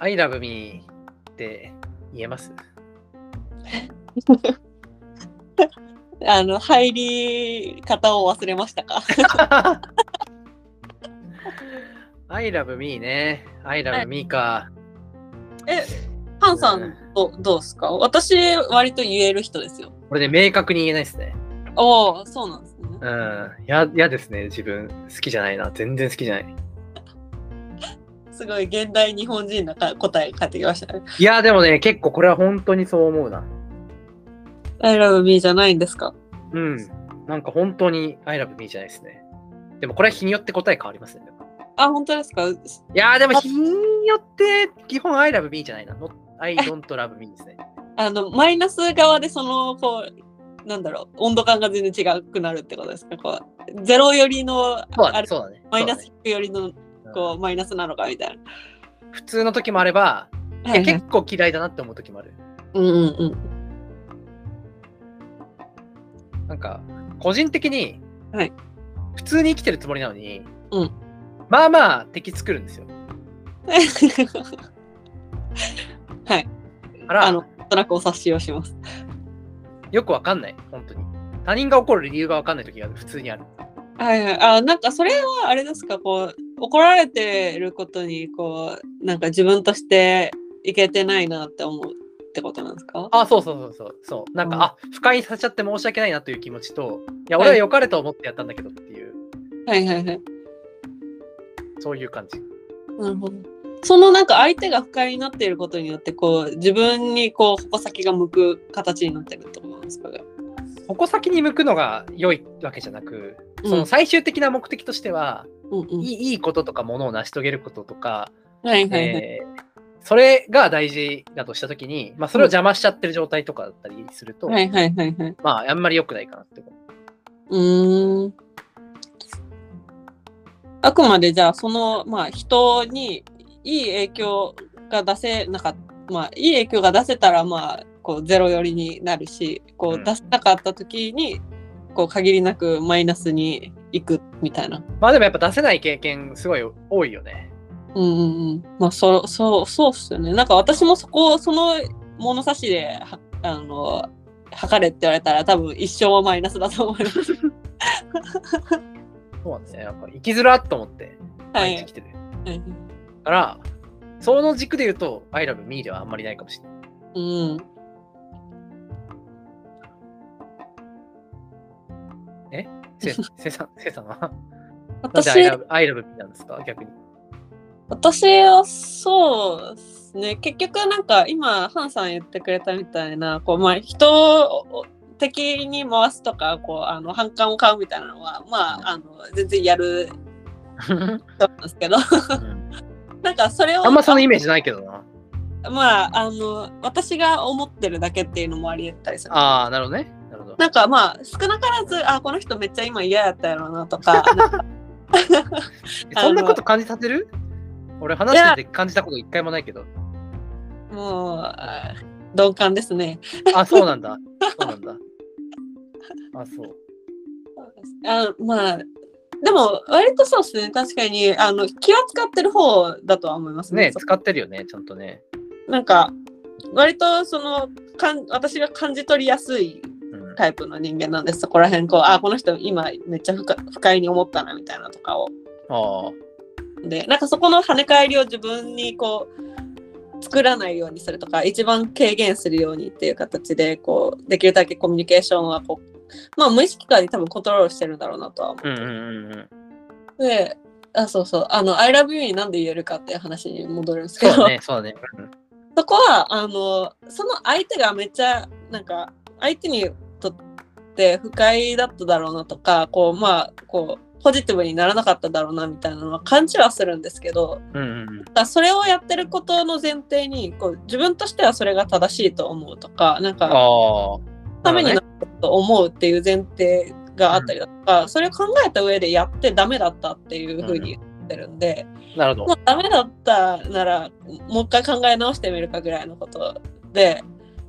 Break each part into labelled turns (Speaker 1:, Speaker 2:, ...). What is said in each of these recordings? Speaker 1: I love me って言えます
Speaker 2: あの入り方を忘れましたか
Speaker 1: ?I love me ね。I
Speaker 2: は
Speaker 1: love
Speaker 2: い
Speaker 1: me か。
Speaker 2: え ハンさんどどうですか私割と言える人ですよ
Speaker 1: これで明確に言えないですね。
Speaker 2: おおそうなんですね
Speaker 1: うん。や、やですね。自分、好きじゃないな。全然好きじゃない。
Speaker 2: すごい現代日本人なか答え返ってきましたね
Speaker 1: いや、でもね、結構これは本当にそう思うな。
Speaker 2: 「I love me」じゃないんですか
Speaker 1: うん。なんか本当に I love me じゃないですね。でもこれは日によって答え変わりますね。
Speaker 2: あ本当ですかう
Speaker 1: いやーでも日によって基本 I love me じゃないな。Not- I don't love me ですね。
Speaker 2: あのマイナス側でそのこうなんだろう温度感が全然違くなるってことですかこうゼロ寄りの
Speaker 1: そうだ
Speaker 2: あ
Speaker 1: ね。
Speaker 2: れ
Speaker 1: そうだね
Speaker 2: マイナス寄りのこうマイナスなのかみたい
Speaker 1: うん普通の時もあれば、
Speaker 2: な。
Speaker 1: いや結構嫌いだなって思う時もある。
Speaker 2: うんうんうん。
Speaker 1: なんか、個人的に、
Speaker 2: はい
Speaker 1: 普通に生きてるつもりなのに、
Speaker 2: うん
Speaker 1: まあまあ敵作るんですよ。
Speaker 2: はい。
Speaker 1: か
Speaker 2: あ
Speaker 1: ら、
Speaker 2: の、なんとなくお察しをします。
Speaker 1: よくわかんない。本当に。他人が怒る理由がわかんない時が普通にある。
Speaker 2: はいはい。あ、なんかそれはあれですか、こう、怒られてることに、こう、なんか自分としていけてないなって思うってことなんですか
Speaker 1: あ、そうそうそうそう。そうなんか、
Speaker 2: うん
Speaker 1: あ、不快にさせちゃって申し訳ないなという気持ちと、いや、俺は良かれと思ってやったんだけどっていう、
Speaker 2: はいはいはい。
Speaker 1: そういう感じ。
Speaker 2: なるほど。そのなんか相手が不快になっていることによってこう自分にこう矛先が向く形になってるってことなんですかね。
Speaker 1: 矛先に向くのが良いわけじゃなく、
Speaker 2: うん
Speaker 1: その最終的な目的としては、
Speaker 2: うんうん
Speaker 1: いいいいこととかものを成し遂げることとか、
Speaker 2: はいはいはい。
Speaker 1: えーそれが大事だとしたときに、まあ、それを邪魔しちゃってる状態とかだったりすると、
Speaker 2: はいはいはいはい。
Speaker 1: まあ、あんまり良くないかなって思う。
Speaker 2: うーん。あくまでじゃあその、まあ、人にいい影響が出せなかった、まあ、いい影響が出せたら、まあ、こうゼロ寄りになるしこ
Speaker 1: うん
Speaker 2: う出せなかった時にこう限りなくマイナスにいくみたいな。
Speaker 1: まあでもやっぱ出せない経験すごい多いよね。
Speaker 2: うんうんうん、まあそうそうそうっすよねなんか私もそこその物差しではあの測れって言われたら多分一生はマイナスだと思います。
Speaker 1: そうなんですね。なんか生きづらっと思って
Speaker 2: は
Speaker 1: 毎日
Speaker 2: い
Speaker 1: 来てる。
Speaker 2: はい
Speaker 1: だから、その軸で言うと、I love me ではあんまりないかもしれない。
Speaker 2: うん
Speaker 1: せ せいさん、せいさんはなんで I
Speaker 2: 私
Speaker 1: love, I love me なんですか 逆に。
Speaker 2: 私はそうですね結局なんか今ハンさん言ってくれたみたいなこう、まあ、人を敵に回すとかこうあの反感を買うみたいなのは、まあ、あの全然やる人なんですけど
Speaker 1: うん
Speaker 2: なんかそれを
Speaker 1: あんまそのイメージないけどな。
Speaker 2: まあ、あの私が思ってるだけっていうのもありえたりする。
Speaker 1: ああ、なるほどね。なるほど。
Speaker 2: なんかまあ少なからずあこの人めっちゃ今嫌やったやろうなとか なんか
Speaker 1: えそんなこと感じさせる俺話してて感じたこと一回もないけど。
Speaker 2: もうあ鈍感ですね。
Speaker 1: あ、そうなんだ。そうなんだ。あ、そう。
Speaker 2: あまあでも割とそうですね確かにあの気は使ってる方だとは思いますね
Speaker 1: ね使ってるよね、ちゃんとね。
Speaker 2: なんか割とそのかん私が感じ取りやすい
Speaker 1: うん
Speaker 2: タイプの人間なんですそこら辺こうあこの人今めっちゃ不快不快に思ったなみたいなとかを
Speaker 1: ああ、
Speaker 2: でなんかそこの跳ね返りを自分にこう作らないようにするとか一番軽減するようにっていう形でこうできるだけコミュニケーションはこうまあ無意識化に多分コントロールしてるんだろうなとは思
Speaker 1: うんうんうんうん。
Speaker 2: で、あ、そうそう、あの、I love you になんで言えるかっていう話に戻るんですけ
Speaker 1: そう
Speaker 2: ど、
Speaker 1: だね、そうだね。うん
Speaker 2: そこは、あの、その相手がめっちゃ、なんか、相手にとって不快だっただろうなとか、こう、まあ、こう、ポジティブにならなかっただろうなみたいなのは感じはするんですけど、
Speaker 1: うんうんうん
Speaker 2: だからそれをやってることの前提にこう、自分としてはそれが正しいと思うとか、なん
Speaker 1: ああ
Speaker 2: か、、ために
Speaker 1: な
Speaker 2: な
Speaker 1: る
Speaker 2: ると思うっていう前提があったりだとか、それを考えた上でやってダメだったっていうふうに言ってるんで、
Speaker 1: ほど
Speaker 2: ま
Speaker 1: ね
Speaker 2: あ、ダメだったならもう一回考え直してみるかぐらいのことで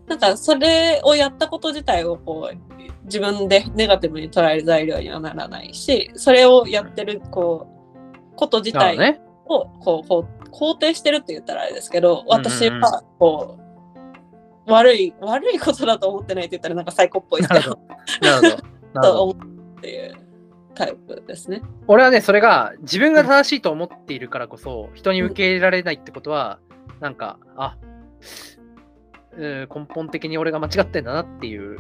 Speaker 2: なんかそれをやったこと自体をこう自分でネガティブに捉える材料にはならないしそれをやってるこうこと自
Speaker 1: なるほど
Speaker 2: 体
Speaker 1: ね。
Speaker 2: をこうこう肯肯定してるって言ったらあれですけど
Speaker 1: んうんうん
Speaker 2: 私はこう,、悪い悪いことだと思ってないって言ったらなんか最高っぽい
Speaker 1: なるほど。なるほど。なるほ
Speaker 2: と
Speaker 1: ど
Speaker 2: 思うっていうタイプですね。
Speaker 1: 俺はね、それが自分が正しいと思っているからこそ、人に受け入れられないってことは、なんか、あ、うん根本的に俺が間違ってんだなって いう、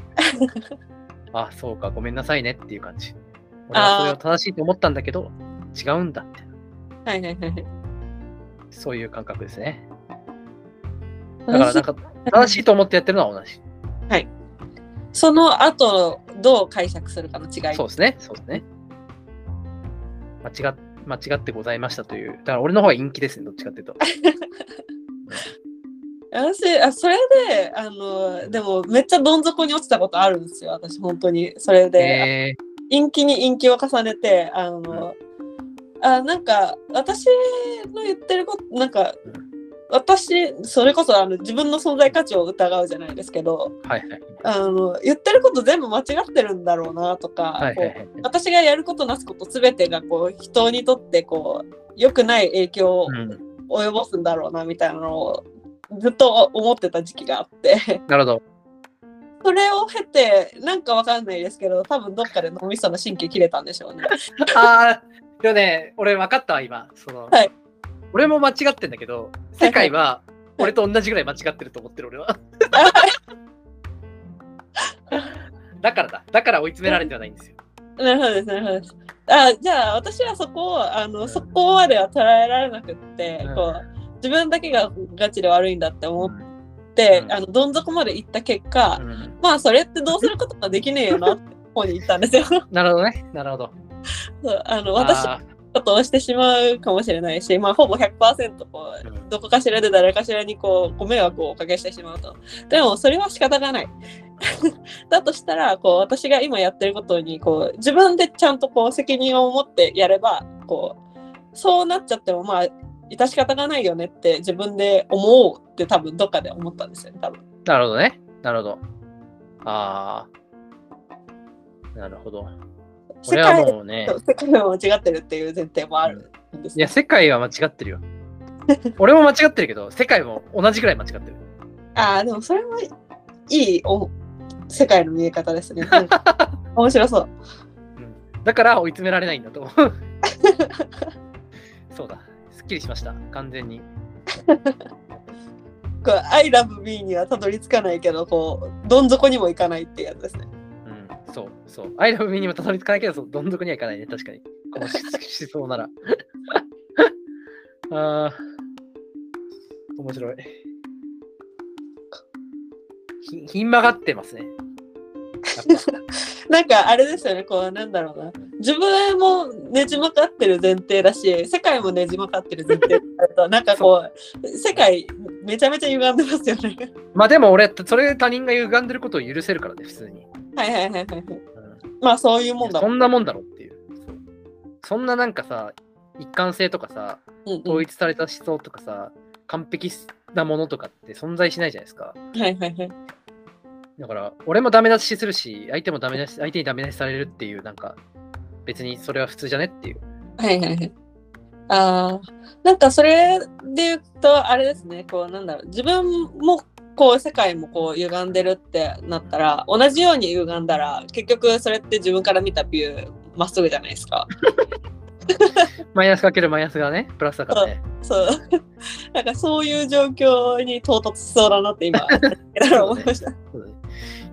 Speaker 1: あ、そうか、ごめんなさいねっていう感じ。俺はそれを正しいと思ったんだけど、違うんだって、
Speaker 2: はいはいはいはい。
Speaker 1: そういう感覚ですね。だからなんか、 正しいと思ってやってるのは同じ。
Speaker 2: その後どう解釈するかの違い。
Speaker 1: そうですね、そうですね。間違っ間違ってございましたという。だから俺の方が陰気ですね、どっちかっていうと。
Speaker 2: 私あそれであのでもめっちゃどん底に落ちたことあるんですよ私本当にそれで、
Speaker 1: えー
Speaker 2: 陰気に陰気を重ねてあの、あなんか私の言ってることなんか
Speaker 1: うん
Speaker 2: 私それこそあの自分の存在価値を疑うじゃないですけど
Speaker 1: はいはい。
Speaker 2: あの言ってること全部間違ってるんだろうなとか、
Speaker 1: はいはいはい
Speaker 2: こう私がやることなすこと全てがこう人にとってこう良くない影響を
Speaker 1: うん、
Speaker 2: 及ぼすんだろうなみたいなのをずっと思ってた時期があって
Speaker 1: なるほど。
Speaker 2: それを経てなんかわかんないですけど多分どっかで脳みその神経切れたんでしょうね。
Speaker 1: ああ、でもね、俺分かったわ、今。その
Speaker 2: はい
Speaker 1: 俺も間違ってんだけど、世界は俺と同じぐらい間違ってると思ってる、俺 は。だからだ。だから追い詰められてはないんですよ。
Speaker 2: なるほどですなるほどです。あじゃあ私はそこをあのそこまでは捉えられなくって、
Speaker 1: うん
Speaker 2: こう自分だけがガチで悪いんだって思って、
Speaker 1: うん
Speaker 2: あのどん底まで行った結果、
Speaker 1: うん
Speaker 2: まあそれってどうすることもできねえよなって方に行ったんですよ。
Speaker 1: なるほどね。なるほど。
Speaker 2: そうあの私
Speaker 1: あ
Speaker 2: ことをしてしまうかもしれないし、まあ、ほぼ100%こう
Speaker 1: ーうん
Speaker 2: どこかしらで誰かしらにこうご迷惑をおかけしてしまうと。でもそれは仕方がない。 だとしたらこう私が今やってることにこう自分でちゃんとこう責任を持ってやればこうそうなっちゃってもまあ致し方がないよねって自分で思おうって多分どっかで思ったんですよね多分。
Speaker 1: なるほどね。なるほど。ああ。なるほど。
Speaker 2: 世
Speaker 1: 俺は
Speaker 2: 界
Speaker 1: もうね。
Speaker 2: と世界は間違ってるっていう前提もあるんです
Speaker 1: いや、世界は間違ってるよ。俺も間違ってるけど、世界も同じぐらい間違ってる。
Speaker 2: ああ、でもそれもいいお世界の見え方ですね。なんか面白そう。
Speaker 1: だから追い詰められないんだと 思う。そうだ。すっきりしました。完全に。
Speaker 2: こう、I love me にはたどり着かないけど、こう、どん底にも行かないっていうやつですね。
Speaker 1: うん。そう、そう。アイラブミにもたどり着かないけど、そうどん底にはいかないね。確かに。このし思想なら。 ああ。面白い。ひひん曲がってますね。やっ
Speaker 2: なんかあれですよね、こう、なんだろうな。自分もねじ曲がってる前提だし、世界もねじ曲がってる前提だと、なんかこう、世界めちゃめちゃ歪んでますよね。
Speaker 1: ぱまあでも俺、それ他人が歪んでることを許せるからね、普通に。
Speaker 2: はいはいはいはい。
Speaker 1: うん
Speaker 2: まあそういうもんだ
Speaker 1: そ
Speaker 2: もん。
Speaker 1: んなもんだろっていう。そうそんななんかさ、一貫性とかさ、
Speaker 2: うんうん
Speaker 1: 統一された思想とかさ、完璧なものとかって存在しないじゃないですか。
Speaker 2: はいはいはい。
Speaker 1: だから、俺もダメ出しするし、相手もダメ出し、相手にダメ出しされるっていう、なんか、別にそれは普通じゃねっていう。
Speaker 2: はいはいはい。ああ、なんかそれで言うと、あれですね、こうなんだろう、自分もこう世界もこう歪んでるってなったら、同じように歪んだら、結局それって自分から見たビューまっすぐじゃないですか。
Speaker 1: マイナスかけるマイナスがね、プラスだからね。
Speaker 2: そう。 なんかそういう状況に到達しそうだなって今、思いました。
Speaker 1: そうだね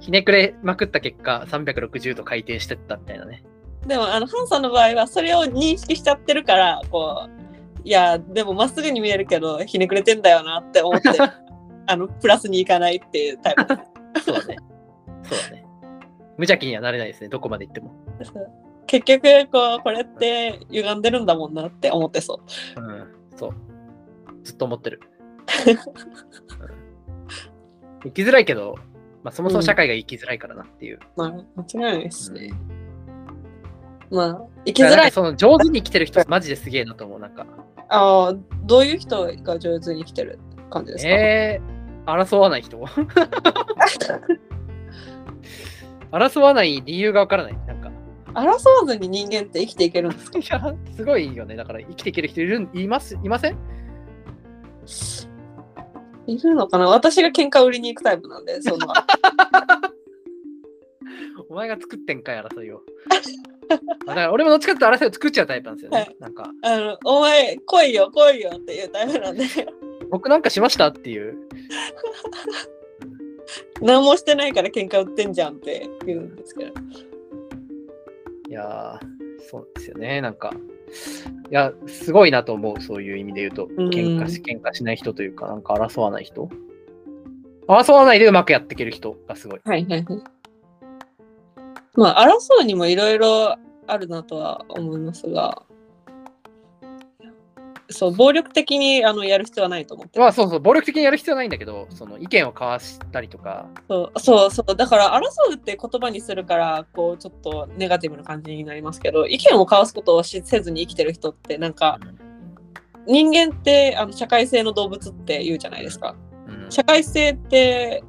Speaker 1: ひねくれまくった結果、360度回転してったみたいなね。
Speaker 2: でもあのハンさんの場合はそれを認識しちゃってるからこういやでもまっすぐに見えるけどひねくれてんだよなって思ってあのプラスにいかないっていうタイプ
Speaker 1: そうだね。そうだね。無邪気にはなれないですね、どこまで行っても。
Speaker 2: 結局こうこれって歪んでるんだもんなって思ってそう
Speaker 1: うん、そう。ずっと思ってる。生きづらいけど、まあ、そもそも社会が生きづらいからなっていう。
Speaker 2: まあ間違いないですね
Speaker 1: うん、
Speaker 2: まあ生きづ
Speaker 1: なん
Speaker 2: ら
Speaker 1: か
Speaker 2: い
Speaker 1: その上手に生きてる人、マジですげえなと思う。なんか、
Speaker 2: ああどういう人が上手に生きてる感じですか、
Speaker 1: えー、争わない人。 争わない理由がわからない。なんか、
Speaker 2: 争わずに人間って生きていけるんですか
Speaker 1: いや、すごいよね。だから、生きていける人いるんいますいません
Speaker 2: いるのかな私が喧嘩売りに行くタイプなんで、その、
Speaker 1: お前が作ってんかい、争 いを。あだから俺もどっちかっていうと争いを作っちゃうタイプなんですよね。
Speaker 2: はい
Speaker 1: なんか、
Speaker 2: あの、お前、来いよ、来いよっていうタイプなんで、
Speaker 1: 僕なんかしましたっていう。
Speaker 2: 何もしてないから喧嘩売ってんじゃんって言うんですけど。
Speaker 1: いやー、そうですよね。なんか、いや、すごいなと思う、そういう意味で言うと。
Speaker 2: ん
Speaker 1: 喧嘩し、喧嘩しない人というか、なんか争わない人。争わないでうまくやっていける人がすごい。
Speaker 2: はいはいはい。まあ、争うにもいろいろあるなとは思いますが、そう、暴力的にあのやる必要はないと思って
Speaker 1: まあそうそう、暴力的にやる必要はないんだけど、その意見を交わしたりとか、
Speaker 2: そうそうそうだから争うって言葉にするからこうちょっとネガティブな感じになりますけど意見を交わすことをしせずに生きてる人ってなんか人間ってあの社会性の動物って言うじゃないですか
Speaker 1: うん
Speaker 2: 社会性って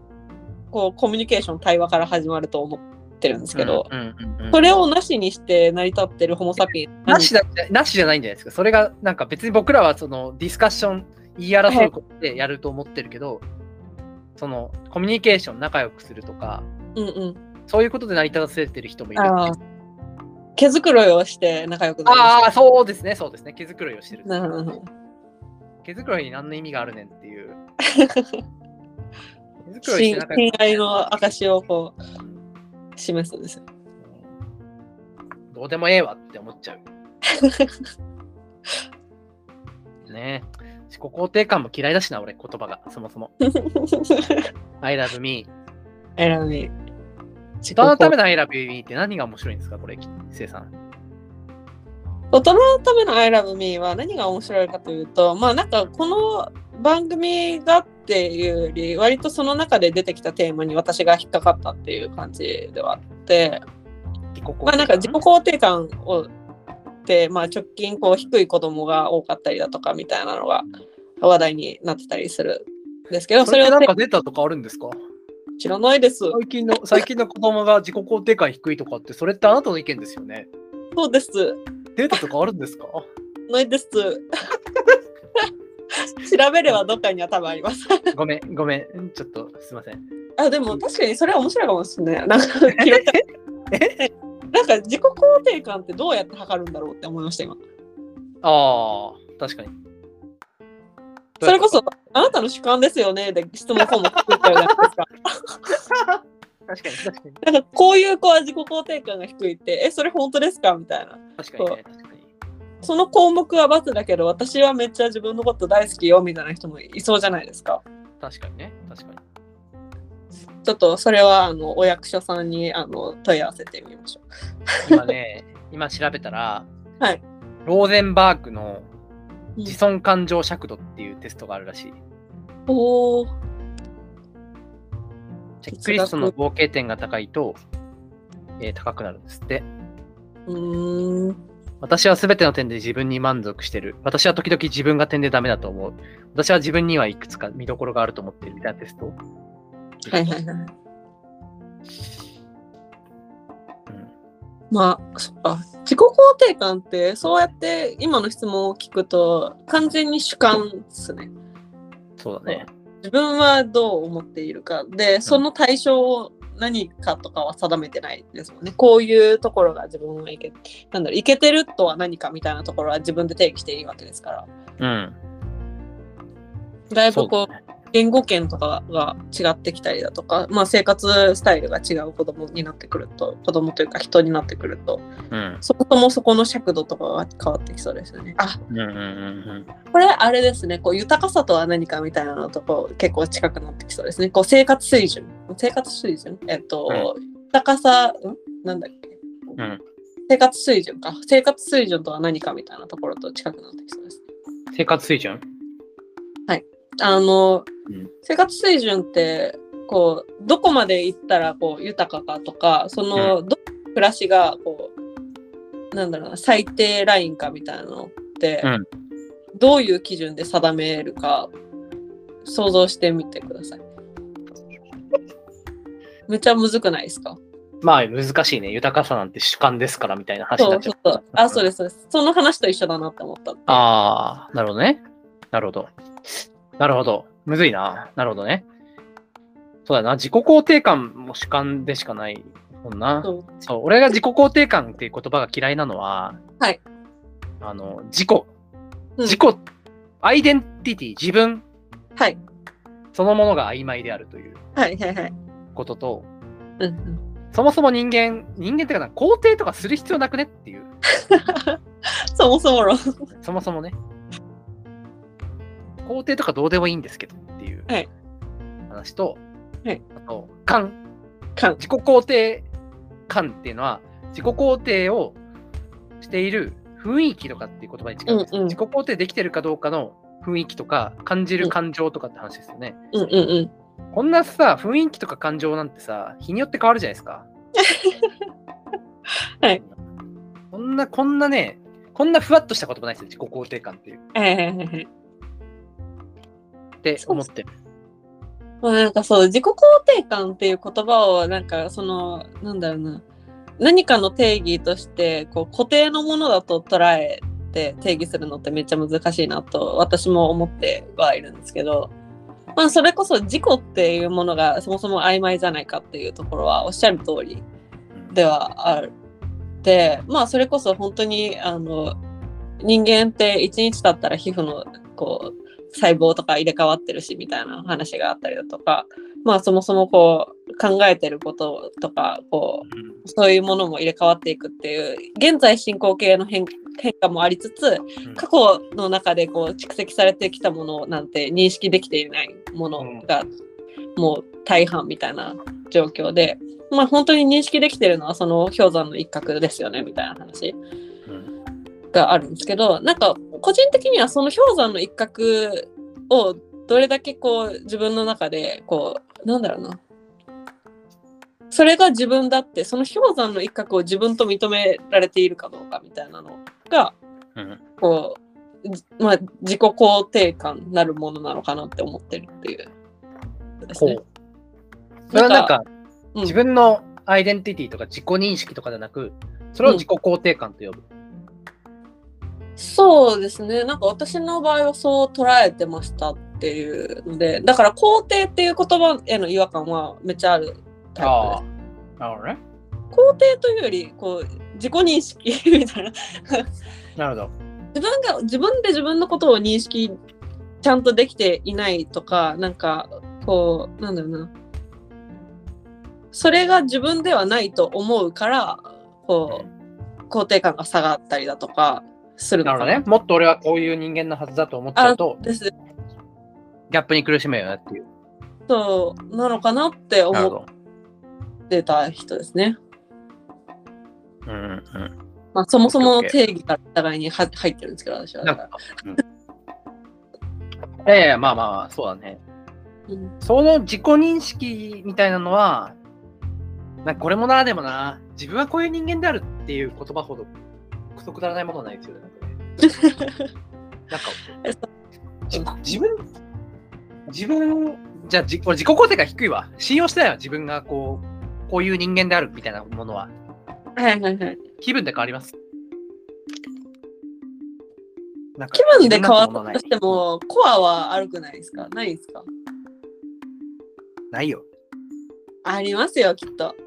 Speaker 2: こうコミュニケーション対話から始まると思ってるんですけど、
Speaker 1: うんうんうんうん
Speaker 2: それをなしにして成り立ってるホモ・サピエン
Speaker 1: なしだなしじゃないんじゃないですか。それが、なんか別に僕らはそのディスカッション、言い争うことでやると思ってるけど、そのコミュニケーション、仲良くするとか、
Speaker 2: うんうん
Speaker 1: そういうことで成り立たせてる人もいるっていう
Speaker 2: あー毛づくろいをして仲良くなりま
Speaker 1: あー、そうですね、そうですね。毛づくろいをしてる
Speaker 2: す。なるほど
Speaker 1: 毛づくろいに何の意味があるねんって いう。毛づくろいして
Speaker 2: 親
Speaker 1: 仲良
Speaker 2: 親
Speaker 1: く
Speaker 2: 愛の証をこう示す んですよ
Speaker 1: どうでもええわって思っち ゃう。ねえ。自己肯定感も嫌いだしな、俺、言葉が、そもそも。I love me。
Speaker 2: 選び。
Speaker 1: 人のための I love me って何が面白いんですか、これ、せいさん。
Speaker 2: 大人のための I love me は何が面白いかというと、まあなんかこの番組がっていうより、割とその中で出てきたテーマに私が引っかかったっていう感じではあって、
Speaker 1: 自己肯定感
Speaker 2: まあなんか自己肯定感をって、まあ直近こう低い子供が多かったりだとかみたいなのが話題になってたりするんですけど、
Speaker 1: そ
Speaker 2: そ
Speaker 1: れ
Speaker 2: れ
Speaker 1: ってな
Speaker 2: を
Speaker 1: ん
Speaker 2: ね
Speaker 1: か出たとかあるんですか
Speaker 2: 知らないです。
Speaker 1: 最近の最近の子供が自己肯定感低いとかって、それってあなたの意見ですよね。
Speaker 2: そうです。
Speaker 1: データとかあるんですか
Speaker 2: ないです。 調べればどっかには多分あります。
Speaker 1: ごめん、ごめん。ちょっとすいません。
Speaker 2: あでも確かにそれは面白いかもしれない。 なんか記録なんか自己肯定感ってどうやって測るんだろうって思いました今。
Speaker 1: ああ、確かに。
Speaker 2: それこそあなたの主観ですよねで質問項目作ったじゃないですか。
Speaker 1: 確かに確かに
Speaker 2: なんかこういう子は自己肯定感が低いってえそれ本当ですかみたいな。
Speaker 1: 確かにね確かに
Speaker 2: その項目は×だけど私はめっちゃ自分のこと大好きよみたいな人もいそうじゃないですか。
Speaker 1: 確かにね確かに
Speaker 2: ちょっとそれはあのお役所さんにあの問い合わせてみましょう。
Speaker 1: 今ね 今調べたら、
Speaker 2: はい
Speaker 1: ローゼンバーグの
Speaker 2: うん
Speaker 1: 自尊感情尺度っていうテストがあるらしい、
Speaker 2: おお。
Speaker 1: チェックリストの合計点が高いと、えー高くなるんですって
Speaker 2: うーん。
Speaker 1: 私は全ての点で自分に満足してる私は時々自分が点でダメだと思う私は自分にはいくつか見どころがあると思ってるみたいなテスト、
Speaker 2: はいはいはい。
Speaker 1: うん
Speaker 2: まあそっか自己肯定感ってそうやって今の質問を聞くと完全に主観ですね
Speaker 1: そうだね
Speaker 2: 自分はどう思っているかでその対象を何かとかは定めてないですもんねこういうところが自分はいけなんだろういけてるとは何かみたいなところは自分で定義していいわけですから
Speaker 1: うん
Speaker 2: だいぶ
Speaker 1: そ
Speaker 2: こ
Speaker 1: う
Speaker 2: う
Speaker 1: だね
Speaker 2: 言語圏とかが違ってきたりだとか、まあ、生活スタイルが違う子供になってくると子供というか人になってくると
Speaker 1: うん
Speaker 2: そもそもそこの尺度とかが変わってきそうですよね。あ
Speaker 1: うんうんうんうん
Speaker 2: これあれですねこう豊かさとは何かみたいなのとこう結構近くなってきそうですねこう生活水準生活水準えっと、豊かさんなんだっけ、
Speaker 1: うん
Speaker 2: 生活水準か生活水準とは何かみたいなところと近くなってきそうです
Speaker 1: 生活水準
Speaker 2: あの、
Speaker 1: うん
Speaker 2: 生活水準ってこうどこまで行ったらこう豊かかとかその、ど暮らしがこうなんだろうな最低ラインかみたいなのって、
Speaker 1: うん
Speaker 2: どういう基準で定めるか想像してみてください。めっちゃむずくないですか
Speaker 1: まあ難しいね豊かさなんて主観ですからみたいな話に
Speaker 2: そ
Speaker 1: なっ
Speaker 2: う
Speaker 1: ち
Speaker 2: そ
Speaker 1: ゃう
Speaker 2: うそう。あ、そうですす、そうです。その話と一緒だなって思った。
Speaker 1: ああ、なるほどね。なるほど。なるほど。むずいな。なるほどね。そうだな。自己肯定感も主観でしかないもんな。
Speaker 2: そう
Speaker 1: そう、俺が自己肯定感っていう言葉が嫌いなのは、
Speaker 2: はい。
Speaker 1: あの、自己、
Speaker 2: うん
Speaker 1: 自己、アイデンティティ、自分
Speaker 2: はい
Speaker 1: そのものが曖昧であるという
Speaker 2: はいはいはい。
Speaker 1: ことと、
Speaker 2: うんうん、
Speaker 1: そもそも人間、人間っていうかな、肯定とかする必要なくねっていう、
Speaker 2: そもそも論。
Speaker 1: そもそもね。肯定とかどうでもいいんですけどっていう
Speaker 2: はい
Speaker 1: 話と、
Speaker 2: はい
Speaker 1: あと、感、
Speaker 2: 感
Speaker 1: 自己肯定感っていうのは、自己肯定をしている雰囲気とかっていう言葉に近いです、
Speaker 2: うんうん
Speaker 1: 自己肯定できてるかどうかの雰囲気とか、感じる感情とかって話ですよね。
Speaker 2: うんうんうん。
Speaker 1: こんなさ、雰囲気とか感情なんてさ、日によって変わるじゃないですか。
Speaker 2: はい。
Speaker 1: こんな、こんなね、こんなふわっとした言葉ないですよ、自己肯定感っていう。
Speaker 2: はいはいはいはい。
Speaker 1: って思ってる。
Speaker 2: まあなんかそう自己肯定感っていう言葉をなんかそのなんだろうな何かの定義としてこう固定のものだと捉えて定義するのってめっちゃ難しいなと私も思ってはいるんですけど、まあ、それこそ自己っていうものがそもそも曖昧じゃないかっていうところはおっしゃる通りではあってまあそれこそ本当にあの人間って1日経ったら皮膚のこう細胞とか入れ替わってるしみたいな話があったりだとかまあそもそもこう考えてることとかこう
Speaker 1: うん
Speaker 2: そういうものも入れ替わっていくっていう現在進行形の変変化もありつつ
Speaker 1: うん
Speaker 2: 過去の中でこう蓄積されてきたものなんて認識できていないものがもう大半みたいな状況で、まあ、本当に認識できてるのはその氷山の一角ですよねみたいな話
Speaker 1: うん
Speaker 2: があるんですけどなんか個人的にはその氷山の一角をどれだけこう自分の中でこうなんだろうなそれが自分だってその氷山の一角を自分と認められているかどうかみたいなのが
Speaker 1: うん
Speaker 2: こう、じまあ、自己肯定感なるものなのかなって思ってるっていう。です
Speaker 1: こ
Speaker 2: ね
Speaker 1: う。それはなんか、
Speaker 2: うん
Speaker 1: 自分のアイデンティティとか自己認識とかじゃなく、それを自己肯定感と呼ぶ。
Speaker 2: そうですね。なんか私の場合はそう捉えてましたっていうので、だから肯定っていう言葉への違和感はめっちゃあるタイプです。
Speaker 1: あ、なるほどね。
Speaker 2: 肯定というより、こう、自己認識みたいな。
Speaker 1: なるほど。
Speaker 2: 自分が自分で自分のことを認識ちゃんとできていないとかなんかこうなんだろうなそれが自分ではないと思うからこう肯定感が下がったりだとかする
Speaker 1: な
Speaker 2: の
Speaker 1: る
Speaker 2: か
Speaker 1: ほ
Speaker 2: な
Speaker 1: どね。もっと俺はこういう人間のはずだと思っちゃうと、
Speaker 2: です
Speaker 1: ギャップに苦しむよなっていう。
Speaker 2: そうなのかなって
Speaker 1: なる
Speaker 2: 思
Speaker 1: ほど。
Speaker 2: ってた人ですね、
Speaker 1: うんうん
Speaker 2: まあ、そもそもの
Speaker 1: OK
Speaker 2: 定義が互いには入ってるんですけど私は
Speaker 1: なんかうん。いやいや、まあまあまあ、そうだね。
Speaker 2: うん
Speaker 1: その自己認識みたいなのは、なんかこれもな、でもな、自分はこういう人間であるっていう言葉ほど、くそくだらないものはないですよね。 なんかねなんか、じ自分、自分、じゃあ、じ俺自己肯定が低いわ。信用してないわ、自分がこう、こういう人間であるみたいなものは。
Speaker 2: はいはいはい
Speaker 1: 気分で変わります。なんか
Speaker 2: 気分で変わっ
Speaker 1: 自分なんものな
Speaker 2: た
Speaker 1: い
Speaker 2: としてもコアは悪くないですかないですか
Speaker 1: ないよ。
Speaker 2: ありますよ、きっと。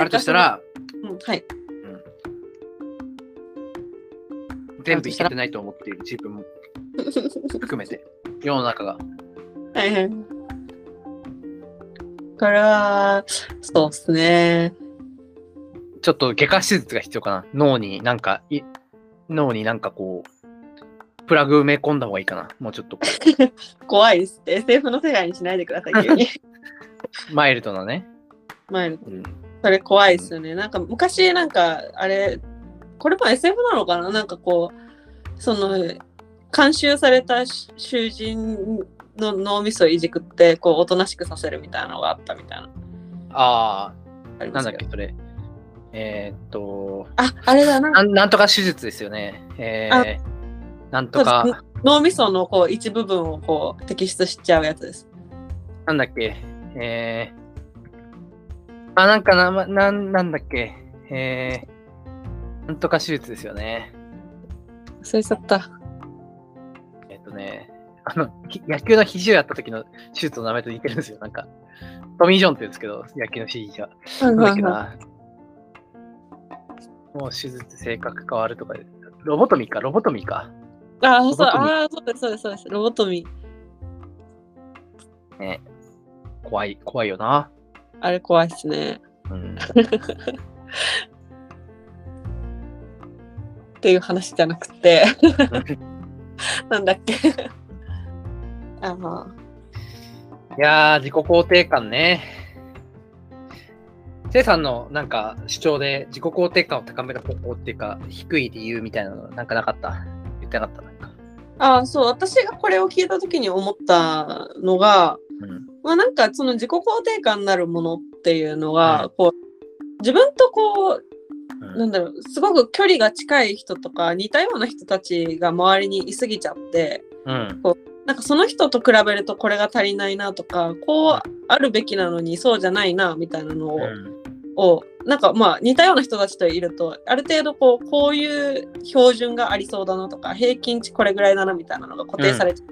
Speaker 1: あるとしたら、
Speaker 2: うん、はい。
Speaker 1: 全部いけてないと思っている自分も含めて、世の中が。
Speaker 2: はいはい。これは、そうですね。
Speaker 1: ちょっと外科手術が必要かな。脳になんか、い脳になんかこう、プラグ埋め込んだ方がいいかな。もうちょっとこ
Speaker 2: 怖いですって、SF の世界にしないでください、急に。
Speaker 1: う、マイルドなね。
Speaker 2: 前の
Speaker 1: うん
Speaker 2: それ怖いですよね。なんか昔、なんか、あれ、これも SF なのかななんかこう、その、監修されたし囚人の脳みそをいじくって、こう、おとなしくさせるみたいなのがあったみたいな。
Speaker 1: あ
Speaker 2: あり
Speaker 1: あ、な
Speaker 2: ま
Speaker 1: ん
Speaker 2: す
Speaker 1: だっ
Speaker 2: け
Speaker 1: け、
Speaker 2: ど
Speaker 1: それ。えーっと
Speaker 2: あ、あれだ、なんか
Speaker 1: なん、なんとか手術ですよね。え
Speaker 2: あ
Speaker 1: ー、なんとか
Speaker 2: そう。です脳みそのこう一部分をこう摘出しちゃうやつです。
Speaker 1: なんだっけ、えー、あ、なんかな、まなん、なんだっけ、えー、なんとか手術ですよね。
Speaker 2: 忘れちゃった。
Speaker 1: とね、あの、ひ野球の肘をやった時の手術の名前と似てるんですよ。なんか、トミー・ジョンって言うんですけど、野球の肘が。
Speaker 2: うん
Speaker 1: なんだっけ
Speaker 2: うん
Speaker 1: な。もう手術性格変わるとかで、ロボトミーか、ロボトミーか。
Speaker 2: あー
Speaker 1: ロボ
Speaker 2: そ
Speaker 1: ト
Speaker 2: う
Speaker 1: ミー
Speaker 2: あー、そうです、そうです、そうです。ロボトミー。
Speaker 1: ね。怖い、怖いよな。
Speaker 2: あれ怖いっすね。
Speaker 1: うん。
Speaker 2: っていう話じゃなくて、 なんだっけ。 あの、
Speaker 1: いやー、自己肯定感ね。せいさんのなんか主張で自己肯定感を高める方法っていうか、低い理由みたいなのなんかなかった言ってなかったなんか。
Speaker 2: あーそう、私がこれを聞いた時に思ったのが、
Speaker 1: うん。
Speaker 2: まあ、なんかその自己肯定感になるものっていうのが、
Speaker 1: う
Speaker 2: こう自分とこう
Speaker 1: う
Speaker 2: なんんだろうすごく距離が近い人とか似たような人たちが周りにいすぎちゃって
Speaker 1: うん。
Speaker 2: なんかその人と比べるとこれが足りないなとかこうあるべきなのにそうじゃないなみたいなのを,、
Speaker 1: うん
Speaker 2: をなんかまあ似たような人たちといるとある程度こうこういう標準がありそうだなとか平均値これぐらいだなみたいなのが固定されて、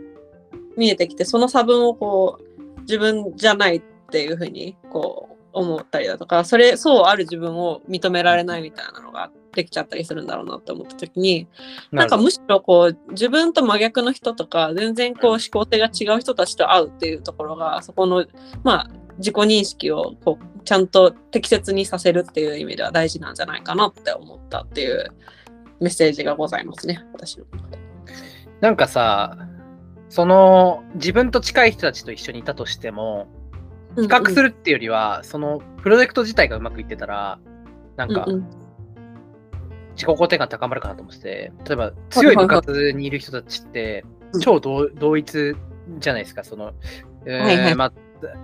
Speaker 2: 見えてきてその差分をこう自分じゃないっていうふうにこう思ったりだとかそれそうある自分を認められないみたいなのができちゃったりするんだろうなって思った時になんか
Speaker 1: なる
Speaker 2: むしろこう自分と真逆の人とか全然こう
Speaker 1: うん
Speaker 2: 思考性が違う人たちと会うっていうところがそこのまあ自己認識をこうちゃんと適切にさせるっていう意味では大事なんじゃないかなって思ったっていうメッセージがございますね私の中で。
Speaker 1: なんかさ、その自分と近い人たちと一緒にいたとしても、比較す
Speaker 2: る
Speaker 1: るっていうよりは、そのプロジェクト自体がうまくいってたら、なんか自己肯定感高まるかなと思ってて、例えば強い部活にいる人たちって
Speaker 2: うん
Speaker 1: 超同同一じゃないですか、その、えー
Speaker 2: はいはい
Speaker 1: まあ、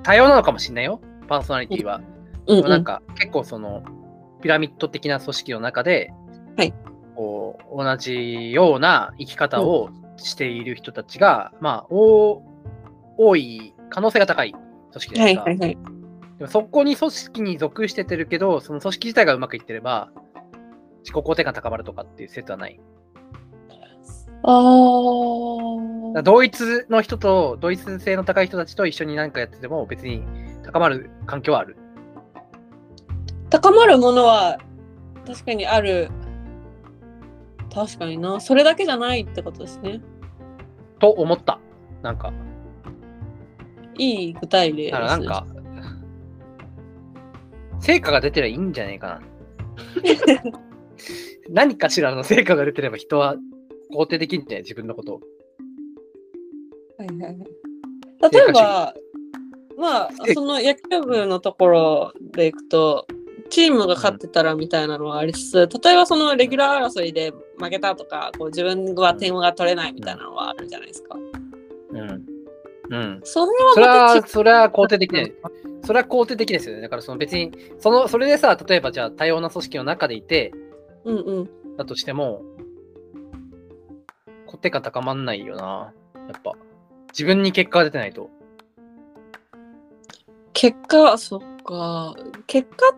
Speaker 1: 多様なのかもしれないよ、パーソナリティは。でもなんか結構そのピラミッド的な組織の中で、
Speaker 2: はい
Speaker 1: こう同じような生き方をしている人たちが、まあ、お多い可能性が高い組織じゃ
Speaker 2: は
Speaker 1: ないです
Speaker 2: い
Speaker 1: か。
Speaker 2: はいはい。
Speaker 1: でもそこに組織に属しててるけど、その組織自体がうまくいってれば、自己肯定感高まるとかっていう説はない。だか
Speaker 2: あ
Speaker 1: ら
Speaker 2: あ。
Speaker 1: 同一の人と、同一性の高い人たちと一緒に何かやってても、別に高まる環境はある。
Speaker 2: 高まるものは確かにある。確かにな。それだけじゃないってことですね。
Speaker 1: と思った。なんか、
Speaker 2: いい具体例です、
Speaker 1: だから
Speaker 2: ね。
Speaker 1: なんか、成果が出てりゃいいんじゃないか な。何かしらの成果が出てれば人は肯定できるんじゃない自分のことを。
Speaker 2: はいはいはい例えば、まあ、その野球部のところでいくと、チームが勝ってたらみたいなのはありつつ、例えばそのレギュラー争いで負けたとか、こう自分は点が取れないみたいなのはあるじゃないですか。
Speaker 1: うん。うん。
Speaker 2: それ
Speaker 1: それ
Speaker 2: はま
Speaker 1: は、
Speaker 2: た
Speaker 1: それは肯定できない。それは肯定できないですよね。だからその別に、その、それでさ、例えばじゃあ多様な組織の中でいて、
Speaker 2: 違う。うんうん。
Speaker 1: だとしても、肯定感高まんないよな。やっぱ。自分に結果が出てないと。
Speaker 2: 結果、そっか。結果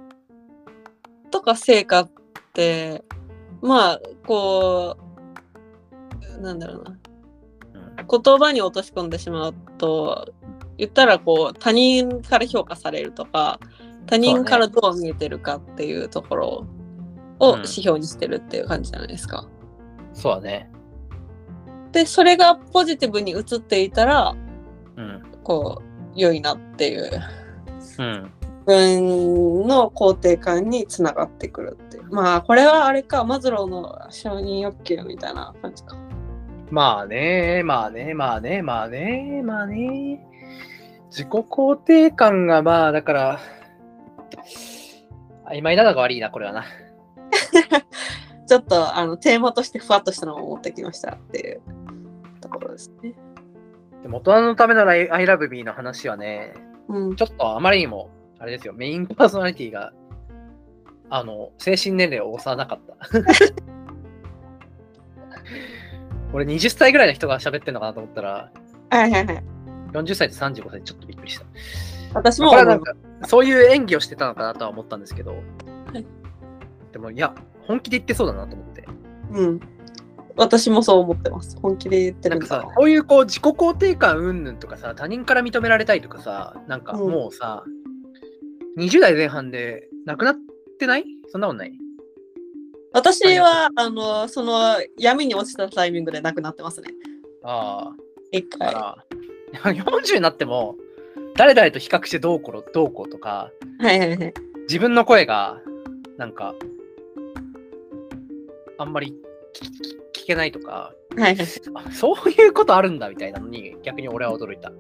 Speaker 2: とか成果って、まあ、こう、なんだろうな。
Speaker 1: うん
Speaker 2: 言葉に落とし込んでしまうと言ったらこう他人から評価されるとか他人からどう見えてるかっていうところを
Speaker 1: うん
Speaker 2: 指標にしてるっていう感じじゃないですか。
Speaker 1: そうだね。
Speaker 2: でそれがポジティブに映っていたら
Speaker 1: うん。
Speaker 2: こう良いなっていう
Speaker 1: うん。
Speaker 2: 自分の肯定感につながってくるっていうまあこれはあれかマズローの承認欲求みたいな感じか。
Speaker 1: まあね、まあね、まあね、まあね、まあね。自己肯定感がまあ、だから、曖昧なのが悪いな、これはな。
Speaker 2: ちょっとあのテーマとしてふわっとしたのを持ってきましたっていうところですね。
Speaker 1: でも大人のためのライアイラブビーの話はね、
Speaker 2: うん
Speaker 1: ちょっとあまりにも、あれですよ、メインパーソナリティが、あの、精神年齢を押さなかった。 俺20歳ぐらいの人が喋ってんのかなと思ったら、
Speaker 2: はいはいはい。
Speaker 1: 40歳と35歳でちょっとびっくりした。
Speaker 2: 私
Speaker 1: まあこ
Speaker 2: も
Speaker 1: れ
Speaker 2: 思
Speaker 1: はいなん
Speaker 2: ます
Speaker 1: か、そういう演技をしてたのかなとは思ったんですけど、
Speaker 2: い
Speaker 1: でも、いや、本気で言ってそうだなと思って。
Speaker 2: うん。私もそう思ってます。本気で言って
Speaker 1: な
Speaker 2: る
Speaker 1: ん
Speaker 2: ん
Speaker 1: か
Speaker 2: だ
Speaker 1: さ、こういうこう自己肯定感うんぬんとかさ、他人から認められたいとかさ、なんか
Speaker 2: うん
Speaker 1: もうさ、20代前半でなくなってないそんなことない。
Speaker 2: 私は、あの、その闇に落ちたタイミングで亡くなってますね。
Speaker 1: あ
Speaker 2: 一
Speaker 1: あ、だ
Speaker 2: 回。は
Speaker 1: から、40にな っても、誰々と比較してどうこうどうこうとか、
Speaker 2: いはいはい。
Speaker 1: 自分の声が、なんか、あんまり聞聞聞けないとか、
Speaker 2: はいはい。
Speaker 1: あそういうことあるんだみたいなのに、逆に俺は驚いた。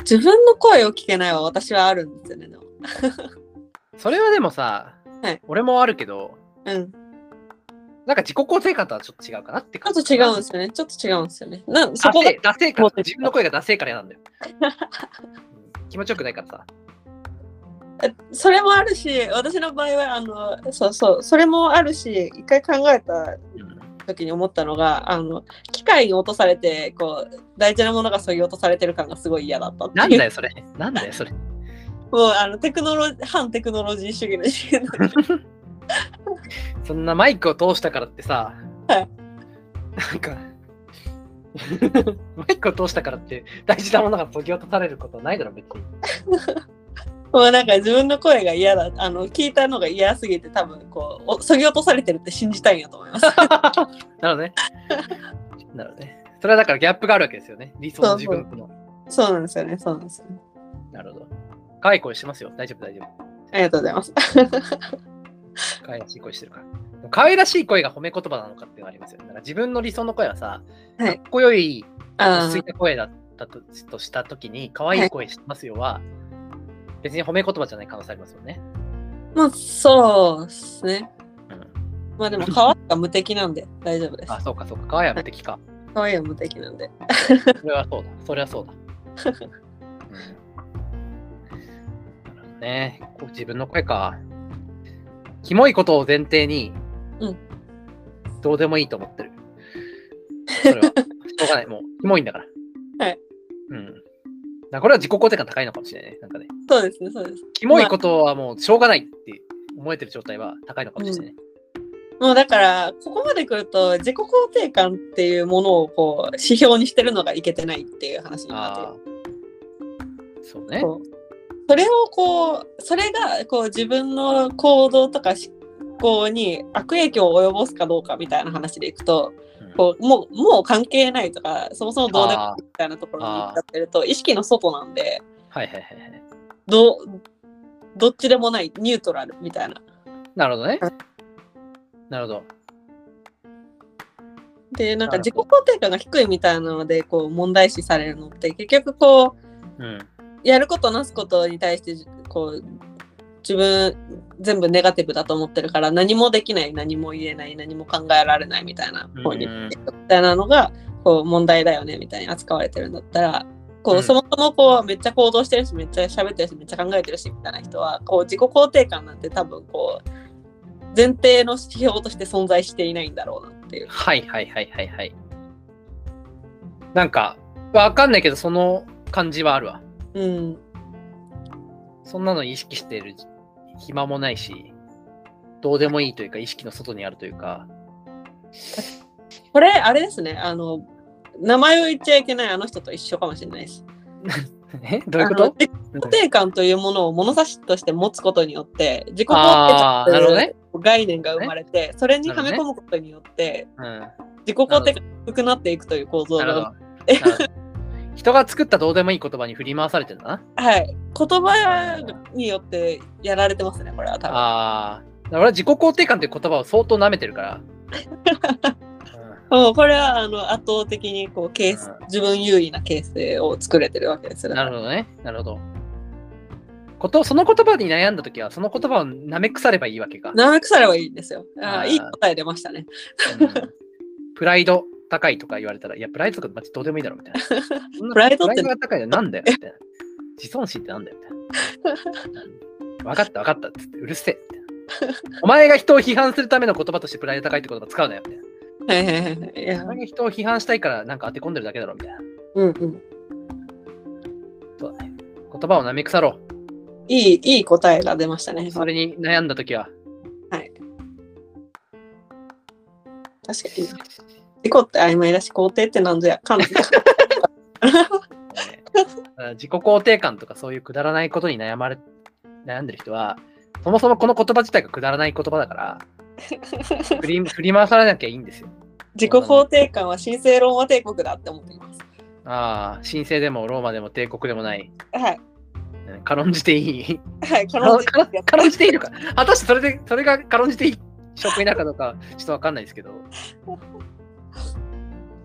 Speaker 2: 自分の声を聞けないは私はあるんですよね。でも
Speaker 1: それはでもさ、
Speaker 2: はい
Speaker 1: 俺もあるけど、
Speaker 2: うん。
Speaker 1: なんか自己肯定感とはちょっと違うかなって
Speaker 2: ちょ
Speaker 1: 感
Speaker 2: っと違うんですよね。ちょっと違うんですよね。なそ
Speaker 1: ダ
Speaker 2: こ
Speaker 1: セ
Speaker 2: で
Speaker 1: え、ダセえから
Speaker 2: 肯、定感
Speaker 1: 自分の声がダセえから嫌なんだよ。うん気持ちよくないからさ。
Speaker 2: それもあるし、私の場合は、あの、そうそう、それもあるし、一回考えた
Speaker 1: うん
Speaker 2: 時に思ったのが、あの、機械に落とされて、こう、大事なものがそぎ落とされてる感がすごい嫌だったって
Speaker 1: なん
Speaker 2: いう。
Speaker 1: だよ、それ。なんだよ、それ。
Speaker 2: もう、あの、テクノロジー、反テクノロジー主義の主義の
Speaker 1: そんなマイクを通したからってさ、
Speaker 2: はい
Speaker 1: なんか、 マイクを通したからって大事なものがそぎ落とされることないだろ、別に。
Speaker 2: もうなんか自分の声が嫌だ、あの、聞いたのが嫌すぎて、多分、こうお、そぎ落とされてるって信じたいんやと思います。
Speaker 1: なるほどね。なるほどね。それはだからギャップがあるわけですよね。理想の自分との。
Speaker 2: そうなんですよね、そうなんですよね。
Speaker 1: なるほど。可愛い声してますよ。大丈夫、大丈夫。
Speaker 2: ありがとうございます。
Speaker 1: 可愛らしい声してるから。可愛らしい声が褒め言葉なのかっていうのがありますよね。だから自分の理想の声はさ、
Speaker 2: はい
Speaker 1: かっこよい、
Speaker 2: あ
Speaker 1: 落ち着いた声だったととしたときに、可愛い声してますよは、別に褒め言葉じゃない可能性ありますよね。
Speaker 2: まあ、そうですね。
Speaker 1: うん
Speaker 2: まあでも、可愛いは無敵なんで 大丈夫です
Speaker 1: あ、。そうか、そうか。可愛いは無敵か。
Speaker 2: 可愛いは無敵なんで。
Speaker 1: それはそうだ。それはそうだ。うんなるほどね、こう自分の声か。キモいことを前提に、
Speaker 2: うん
Speaker 1: どうでもいいと思ってる。そ れは、しょうがない。もう、キモいんだから。
Speaker 2: はい。
Speaker 1: うん。だからこれは自己肯定感高いのかもしれないね。なんかね、
Speaker 2: そうですね、そうです。
Speaker 1: キモいことはもうしょうがないって思えてる状態は高いのかもしれないね。
Speaker 2: もうだから、ここまで来ると、自己肯定感っていうものをこう指標にしてるのがいけてないっていう話になって
Speaker 1: あ
Speaker 2: る
Speaker 1: あ。そうね。
Speaker 2: こうそれをこう、それがこう自分の行動とか思考に悪影響を及ぼすかどうかみたいな話でいくと、
Speaker 1: うん
Speaker 2: こうもうもう関係ないとか、そもそもどうでもいいみたいなところに行っちゃってると、意識の外なんで、
Speaker 1: はいはいはいはい。
Speaker 2: どどっちでもない、ニュートラルみたいな。
Speaker 1: なるほどね。なるほど。
Speaker 2: でなんか
Speaker 1: な
Speaker 2: 自
Speaker 1: る
Speaker 2: 己
Speaker 1: ほ
Speaker 2: 肯定感が低いみたいなのでこう問題視されるのって結局こ
Speaker 1: うん。
Speaker 2: うやることなすことに対してじこう自分全部ネガティブだと思ってるから何もできない何も言えない何も考えられないみたいな方に
Speaker 1: うん
Speaker 2: みたいなのがこう問題だよねみたいに扱われてるんだったらこ
Speaker 1: うん
Speaker 2: うそもそもこうめっちゃ行動してるしめっちゃ喋ってるしめっちゃ考えてるしみたいな人はこう自己肯定感なんて多分こう前提の指標として存在していないんだろうなっていう。
Speaker 1: はいはいはいはいはい。なんか、わかんないけど、その感じはあるわ。
Speaker 2: うん
Speaker 1: そんなの意識してる暇もないし、どうでもいいというか、意識の外にあるというか、
Speaker 2: これあれですねあの名前を言っちゃいけないあの人と一緒かもしれないです。
Speaker 1: えどういうこ
Speaker 2: あの
Speaker 1: と
Speaker 2: 自己肯定感というものを物差しとして持つことによって自己肯定感
Speaker 1: あーなるほどね
Speaker 2: という概念が生まれて、それにはめ込むことによって
Speaker 1: うん、な
Speaker 2: 自己肯定感が低くなっていくという構造
Speaker 1: るほど
Speaker 2: が、
Speaker 1: なるほど。人が作ったどうでもいい言葉に振り回されてるんだな。
Speaker 2: はい、言葉によってやられてますねこれは多分。
Speaker 1: ああ。だから俺は自己肯定感という言葉を相当舐めてる から。うん
Speaker 2: もうこれはあの圧倒的にこうケース
Speaker 1: うん
Speaker 2: 自分優位な形成を作れてるわけですよ。
Speaker 1: なるほどね。なるほど。ことその言葉に悩んだときは、その言葉を舐め腐ればいいわけか。
Speaker 2: なめくさればいいんですよ。あ
Speaker 1: あー
Speaker 2: ーいい答え出ましたね。
Speaker 1: うんプライド高いとか言われたら、いや、プライドとかマジどうでもいいだろみたい な。そんな
Speaker 2: プライド
Speaker 1: プ
Speaker 2: って
Speaker 1: ライドが高いのなんだよみたいな。自尊心ってなんだよみたいな。分かった分かったっつって、うるせえみたいな。お前が人を批判するための言葉としてプライド高いって言葉使うなよみたいな。
Speaker 2: はいはいはいはいいや
Speaker 1: お前が人を批判したいからなんか当て込んでるだけだろみたいな。
Speaker 2: うんうん、
Speaker 1: そうだね。言葉を舐め腐ろ
Speaker 2: いいいい答えが出ましたね
Speaker 1: う。。それに悩んだときは。
Speaker 2: はい。確かに。事故って曖昧だし、肯定ってなんぞやかん。
Speaker 1: あ自己肯定感とかそういうくだらないことに悩まれ悩んでる人はそもそもこの言葉自体がくだらない言葉だから振り振り回されなきゃいいんですよ。
Speaker 2: 自己肯定感は神聖ローマ帝国だって思っています。
Speaker 1: ああ神聖でもローマでも帝国でもない
Speaker 2: はい。
Speaker 1: うん軽んじていい
Speaker 2: はい。この
Speaker 1: 軽
Speaker 2: 時期やっ
Speaker 1: 軽んじていいのか果たしてそれでそれが軽んじていい職になるかどうかちょっとわかんないですけ ど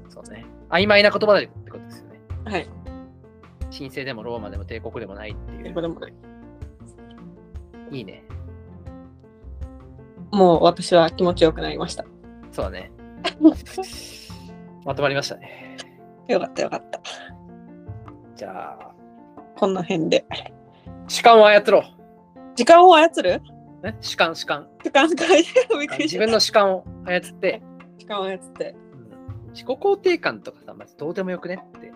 Speaker 1: そうね曖昧な言葉でってことですよね。
Speaker 2: たはい。
Speaker 1: 神聖でもローマでも帝国でもないってい
Speaker 2: こ
Speaker 1: う
Speaker 2: れもない
Speaker 1: いいね
Speaker 2: もう私は気持ちよくなりました。
Speaker 1: そうだね まとまりましたね
Speaker 2: よかったよかった。
Speaker 1: じゃあ
Speaker 2: この辺で。
Speaker 1: 主観を操ろう
Speaker 2: 時間を操る
Speaker 1: ね、主観主 観
Speaker 2: 時間使いびっくり
Speaker 1: 自
Speaker 2: した。
Speaker 1: 分の主観を操って、
Speaker 2: 時間を操って。
Speaker 1: うん自己肯定感とかさまずどうでもよくねって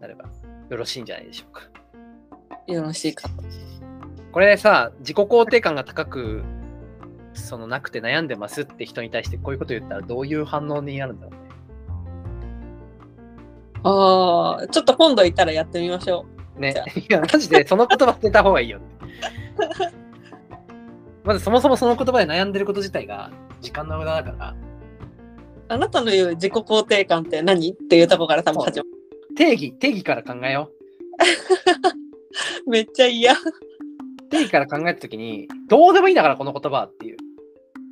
Speaker 1: なればよろしいんじゃないでしょうか
Speaker 2: よろしいか。
Speaker 1: これさ自己肯定感が高くそのなくて悩んでますって人に対してこういうこと言ったらどういう反応になるんだろうね
Speaker 2: ああ、ちょっと今度いたらやってみましょ
Speaker 1: ね
Speaker 2: じゃあ、
Speaker 1: いや、マジでその言葉捨てた方がいいよ。まずそもそもその言葉で悩んでること自体が時間の無駄だから、
Speaker 2: う。あなたの言う自己肯定感って何っていうとこから多分始まる。
Speaker 1: 定義、定義から考えよ
Speaker 2: めっちゃ嫌。
Speaker 1: う。定義から考えたときに、どうでもいいんだから、この言葉はっていう。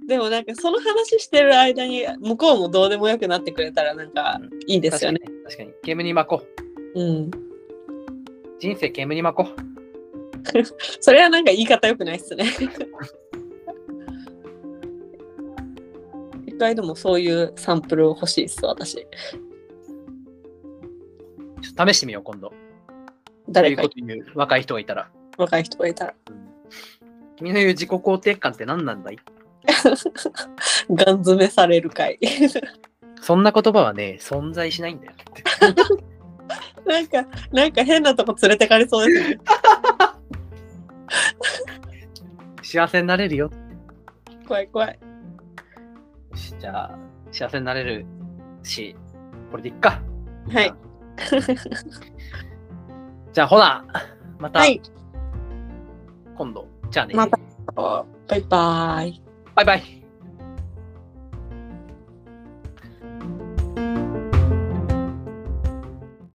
Speaker 2: でもなんかその話してる間に向こうもどうでもよくなってくれたらなんか
Speaker 1: うん
Speaker 2: いいですよね。
Speaker 1: 確かに。確かに。煙に巻こう。
Speaker 2: うん。
Speaker 1: 人生煙に巻こう。
Speaker 2: それはなんか言い方よくない っすね。一回でもそういうサンプル欲しいっす、私。
Speaker 1: ちょっと試してみよう、今度。
Speaker 2: 誰か
Speaker 1: そういうこと言う若い人がいたら。
Speaker 2: 若い人がいたら。
Speaker 1: 君の言う自己肯定感って何なんだい
Speaker 2: ガン詰めされる回。
Speaker 1: そんな言葉はね、存在しないんだよ って。
Speaker 2: なんか、なんか変なとこ連れてかれそうですね。
Speaker 1: 幸せになれるよ
Speaker 2: 怖い怖い。
Speaker 1: よし、じゃあ、幸せになれるし、これでいっか。
Speaker 2: はい。
Speaker 1: じゃあ、ほな、また
Speaker 2: はい。
Speaker 1: 今度。じゃあね。
Speaker 2: またバイバーイ。
Speaker 1: バイバイ。